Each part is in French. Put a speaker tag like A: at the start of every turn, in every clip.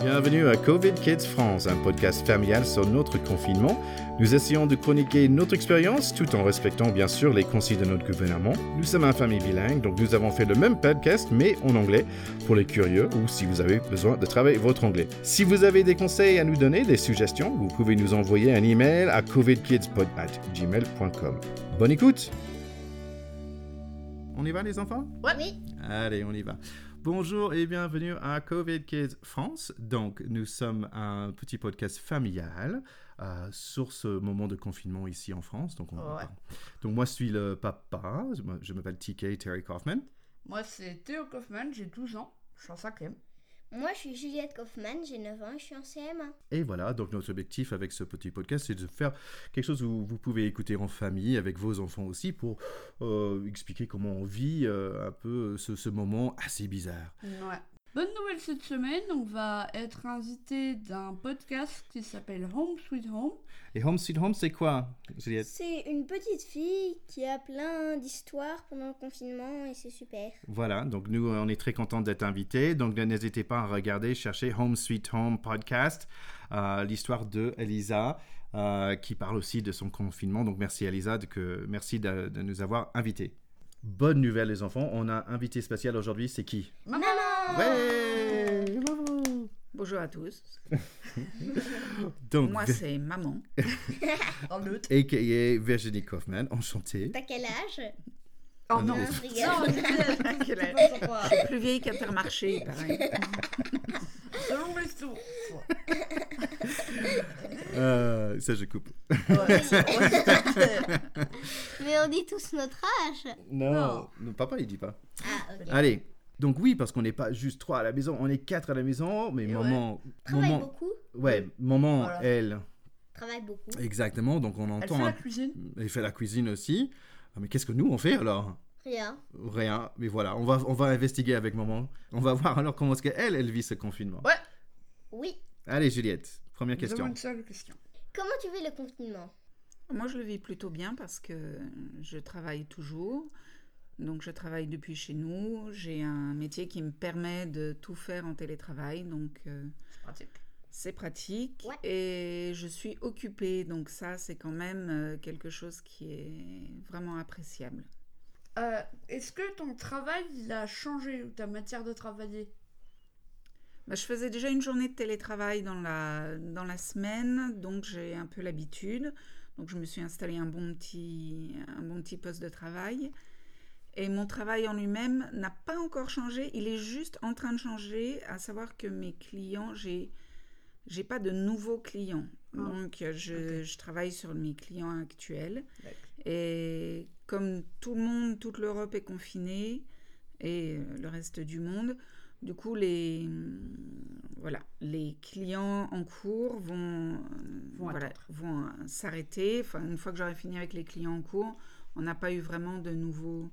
A: Bienvenue à Covid Kids France, un podcast familial sur notre confinement. Nous essayons de chroniquer notre expérience tout en respectant bien sûr les conseils de notre gouvernement. Nous sommes une famille bilingue, donc nous avons fait le même podcast mais en anglais pour les curieux ou si vous avez besoin de travailler votre anglais. Si vous avez des conseils à nous donner, des suggestions, vous pouvez nous envoyer un email à covidkidspod@gmail.com. Bonne écoute. On y va les enfants
B: Oui.
A: Allez, on y va. Bonjour et bienvenue à Covid Kids France. Donc, nous sommes un petit podcast familial euh, sur ce moment de confinement ici en France. Donc, on en
B: Ouais.
A: parle. Donc moi, je suis le papa. Je m- Je m'appelle TK Terry Kaufman.
B: Moi, c'est Théo Kaufman, j'ai 12 ans, je suis en cinquième.
C: Moi, je suis Juliette Kaufmann, j'ai 9 ans, je suis en CM1.
A: Et voilà, donc notre objectif avec ce petit podcast, c'est de faire quelque chose où vous pouvez écouter en famille, avec vos enfants aussi, pour euh, expliquer comment on vit euh, un peu ce- ce moment assez bizarre.
B: Ouais. Bonne nouvelle cette semaine, on va être invité d'un podcast qui s'appelle Home Sweet Home.
A: Et Home Sweet Home, c'est quoi, Juliette
C: C'est une petite fille qui a plein d'histoires pendant le confinement et c'est super.
A: Voilà, donc nous, on est très contents d'être invités. Donc n'hésitez pas à regarder, chercher Home Sweet Home Podcast, euh, l'histoire de Elisa, euh, qui parle aussi de son confinement. Donc merci Elisa, de que, merci de, de nous avoir invités. Bonne nouvelle les enfants, on a un invité spécial aujourd'hui, c'est qui
C: Ah.
B: Maman
A: Ouais
D: Bonjour à tous.
A: Donc,
D: Moi,
A: Vir-
D: c'est maman.
B: Dans l'autre.
A: a.k.a. Virginie Kaufman, enchantée.
C: T'as quel âge
D: Oh
A: non.
D: non,
C: Non, je
B: Non,
C: rigole.
D: quel âge
C: C'est pour toi.
D: plus vieille qu'Intermarché, il paraît.
B: selon les sources.
A: Euh, ça, je coupe.
C: Mais on dit tous notre âge.
B: Non.
A: non papa, il dit pas.
C: Ah, ok.
A: Allez, donc oui, parce qu'on n'est pas juste trois à la maison, on est quatre à la maison, mais
B: Et
A: maman...
C: Travaille
A: maman-
C: beaucoup.
A: Ouais, maman,
B: Voilà.
A: elle,
C: Travaille beaucoup.
A: exactement, donc on
B: Elle fait
A: entend...
B: la
A: un-
B: cuisine.
A: Elle fait la cuisine aussi. Ah, Mais qu'est-ce que nous on fait alors
C: Rien.
A: Rien, mais voilà, on va, on va investiguer avec maman. On va voir alors comment est-ce qu'elle, elle vit ce confinement.
B: Ouais.
C: Oui.
A: Allez Juliette, première
B: Nous
A: question.
B: avons une seule question.
C: Comment tu vis le confinement
D: Moi, je le vis plutôt bien parce que je travaille toujours. Donc, je travaille depuis chez nous. J'ai un métier qui me permet de tout faire en télétravail. Donc, euh,
B: C'est pratique.
D: c'est pratique.
C: Ouais.
D: Et je suis occupée. Donc, ça, c'est quand même euh, quelque chose qui est vraiment appréciable.
B: Euh, Est-ce que ton travail il a changé ou ta matière de travailler
D: Bah, je faisais déjà une journée de télétravail dans la, dans la semaine, donc j'ai un peu l'habitude. Donc je me suis installé un bon petit, un bon petit poste de travail. Et mon travail en lui-même n'a pas encore changé, il est juste en train de changer, à savoir que mes clients, j'ai, j'ai pas de nouveaux clients.
B: Ah,
D: Donc euh, je, je travaille sur mes clients actuels.
B: D'accord.
D: Et comme tout le monde, toute l'Europe est confinée, et euh, le reste du monde, du coup, les, hum, voilà, les clients en cours vont, euh,
B: Vont
D: voilà,
B: attendre.
D: vont, euh, s'arrêter. Enfin, une fois que j'aurai fini avec les clients en cours, on n'a pas eu vraiment de nouveaux,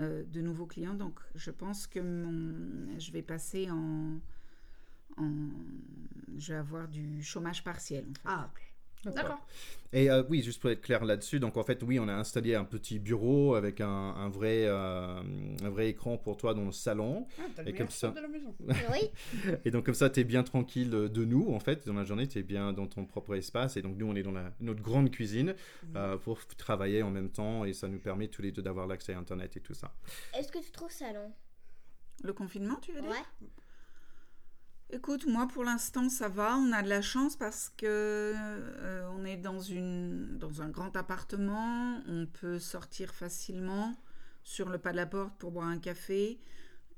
D: euh, de nouveaux clients. Donc, je pense que mon, je vais passer en, en- Je vais avoir du chômage partiel. en fait.
B: Ah, ok. D'accord.
A: Et euh, oui, juste pour être clair là-dessus, donc en fait, oui, on a installé un petit bureau avec un, un vrai, euh, un vrai écran pour toi dans le salon.
B: Ah, t'as
A: Et
B: le
A: comme
B: meilleur
A: ça-
B: son de la maison.
C: Oui.
A: Et donc comme ça, tu es bien tranquille euh, de nous, en fait, dans la journée, tu es bien dans ton propre espace. Et donc nous, on est dans la- notre grande cuisine
D: Mmh.
A: euh, pour f- travailler en même temps. Et ça nous permet tous les deux d'avoir l'accès à Internet et tout ça.
C: Est-ce que tu trouves ça long
D: Le confinement, tu veux dire
C: Ouais.
D: Écoute, moi pour l'instant ça va, on a de la chance parce que euh, on est dans, une, dans un grand appartement, on peut sortir facilement sur le pas de la porte pour boire un café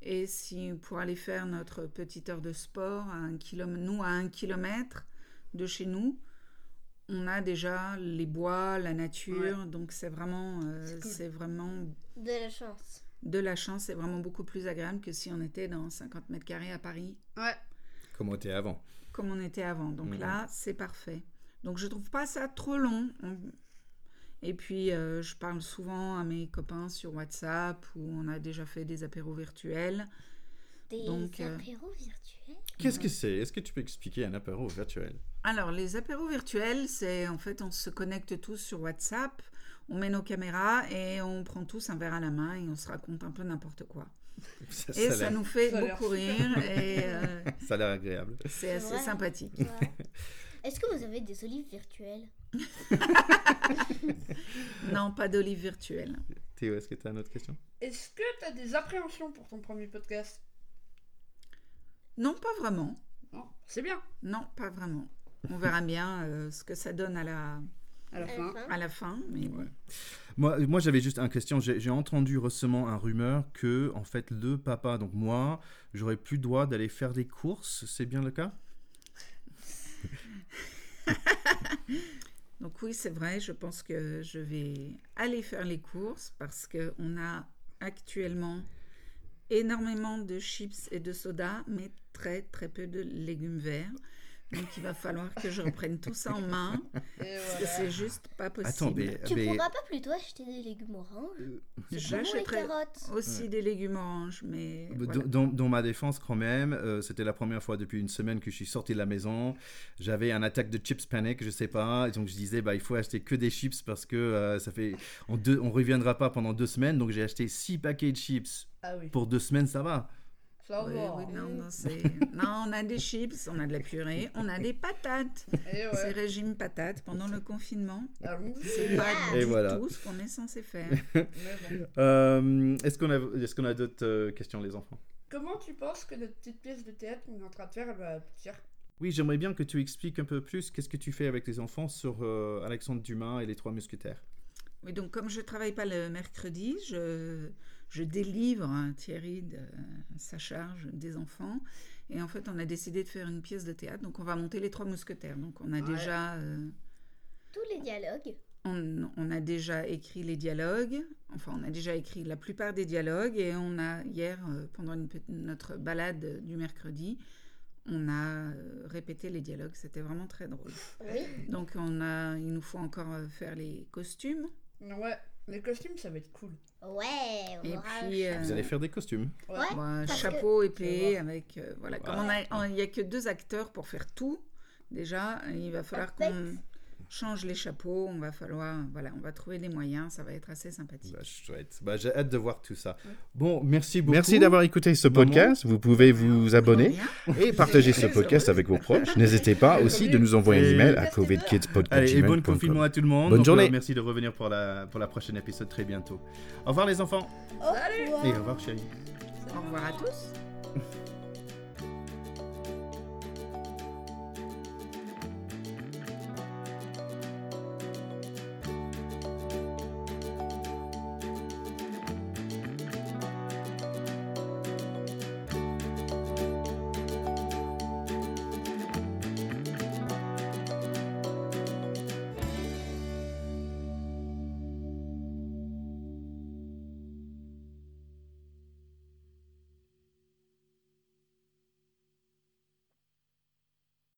D: et si pour aller faire notre petite heure de sport, à un kilom- nous à un kilomètre de chez nous, on a déjà les bois, la nature, donc c'est vraiment, euh,
B: C'est cool.
D: c'est vraiment
C: De la chance.
D: de la chance, c'est vraiment beaucoup plus agréable que si on était dans 50 mètres carrés à Paris
B: Ouais.
A: Comment t'es avant
D: comme on était avant. Donc
A: Mhm.
D: là, c'est parfait. Donc je trouve pas ça trop long. On- Et puis euh, je parle souvent à mes copains sur WhatsApp où on a déjà fait des apéros virtuels.
C: Des
D: Donc, euh,
C: apéros virtuels
A: Qu'est-ce que c'est Est-ce que tu peux expliquer un apéro virtuel
D: Alors les apéros virtuels, c'est en fait on se connecte tous sur WhatsApp. on met nos caméras et on prend tous un verre à la main et on se raconte un peu n'importe quoi.
A: Ça, ça
D: et
A: a
D: ça
A: l'air-
D: nous fait
B: Ça a l'air
D: beaucoup rire et euh,
A: ça a l'air agréable.
D: c'est assez
C: vrai.
D: sympathique.
C: Ouais. Est-ce que vous avez des olives virtuelles
D: Non, pas d'olive virtuelle.
A: Théo, est-ce que tu as une autre question
B: Est-ce que t'as des appréhensions pour ton premier podcast
D: Non, pas vraiment.
B: Non, c'est bien.
D: Non, pas vraiment. On verra bien euh, ce que ça donne à la,
B: À la
C: à la
B: fin.
C: fin
D: à la fin. Mais
A: Ouais. Moi, euh, moi j'avais juste une question. J'ai j'ai entendu récemment un rumeur que, en fait, le papa, donc moi, j'aurais plus le droit d'aller faire des courses. C'est bien le cas
D: Donc oui, c'est vrai, je pense que je vais aller faire les courses parce qu'on a actuellement énormément de chips et de soda, mais très très peu de légumes verts. Donc il va falloir que je reprenne tout ça en main,
B: Et
D: parce que
B: voilà.
D: c'est juste pas possible.
A: Attends, mais,
C: Tu
A: mais
C: pourras pas plutôt acheter des légumes oranges C'est pas bon, les
D: J'achèterai
C: carottes.
D: aussi des légumes oranges, mais...
A: dans-
D: voilà.
A: Bah, dans, dans ma défense, quand même, euh, c'était la première fois depuis une semaine que je suis sorti de la maison. J'avais un attaque de chips panic, je sais pas. Et donc je disais, bah, il faut acheter que des chips parce que euh, ça fait, on, deux, on reviendra pas pendant deux semaines. Donc j'ai acheté six paquets de chips
B: Ah oui.
A: pour deux semaines, ça va.
B: Ça
D: Oui,
B: va.
D: oui, non, non, c'est- non, on a des chips, on a de la purée, on a des patates.
B: Et
D: C'est
B: ouais. Ah
D: régime patate pendant le confinement.
B: Allons-y.
D: C'est pas
A: Et
D: du
A: voilà.
D: tout ce qu'on est censé faire.
B: Mais bon.
A: Euh, est-ce qu'on a, est-ce qu'on a d'autres euh, questions, les enfants
B: Comment tu penses que notre petite pièce de théâtre qu'on est en train de faire, bah, elle va aboutir
A: Oui, j'aimerais bien que tu expliques un peu plus qu'est-ce que tu fais avec les enfants sur euh, Alexandre Dumas et les trois mousquetaires.
D: Oui, donc comme je travaille pas le mercredi, je, je délivre hein, Thierry de euh, sa charge des enfants. Et en fait, on a décidé de faire une pièce de théâtre. Donc on va monter les Trois Mousquetaires. Donc on a
B: Ouais.
D: déjà euh,
C: Tous les dialogues.
D: on, on a déjà écrit les dialogues. Enfin, on a déjà écrit la plupart des dialogues. Et on a hier, euh, pendant une pe- notre balade du mercredi, on a euh, répété les dialogues. C'était vraiment très drôle.
C: Oui.
D: Donc on a, il nous faut encore euh, faire les costumes.
B: Ouais, les costumes, ça va être cool.
C: Ouais.
D: Et
C: orange.
D: puis euh,
A: Vous allez faire des costumes.
B: Ouais.
C: Ouais.
D: bah,
C: parce
D: chapeau,
B: Tu
D: épée, avec euh, voilà.
A: Ouais.
D: Comme on a- on- il n'y a que deux acteurs pour faire tout. Déjà, il va falloir
C: En fait-
D: qu'on change les chapeaux. On va falloir voilà, on va trouver des moyens. Ça va être assez sympathique.
A: Bah, chouette. Bah, j'ai hâte de voir tout ça. Bon, merci beaucoup.
E: Merci d'avoir écouté ce
A: Maman.
E: podcast. Vous pouvez vous abonner
D: Bien.
E: et partager ce podcast avec vos proches. N'hésitez pas aussi de nous envoyer un email à
A: Allez, et bon
E: covidkidspodcast.gmail.com.
A: confinement à tout le monde.
E: Bonne
A: Donc,
E: journée.
A: euh, merci de revenir pour la, pour la prochaine épisode très bientôt. Au revoir les enfants.
C: Au revoir.
A: Et au revoir chérie.
D: Au revoir à tous.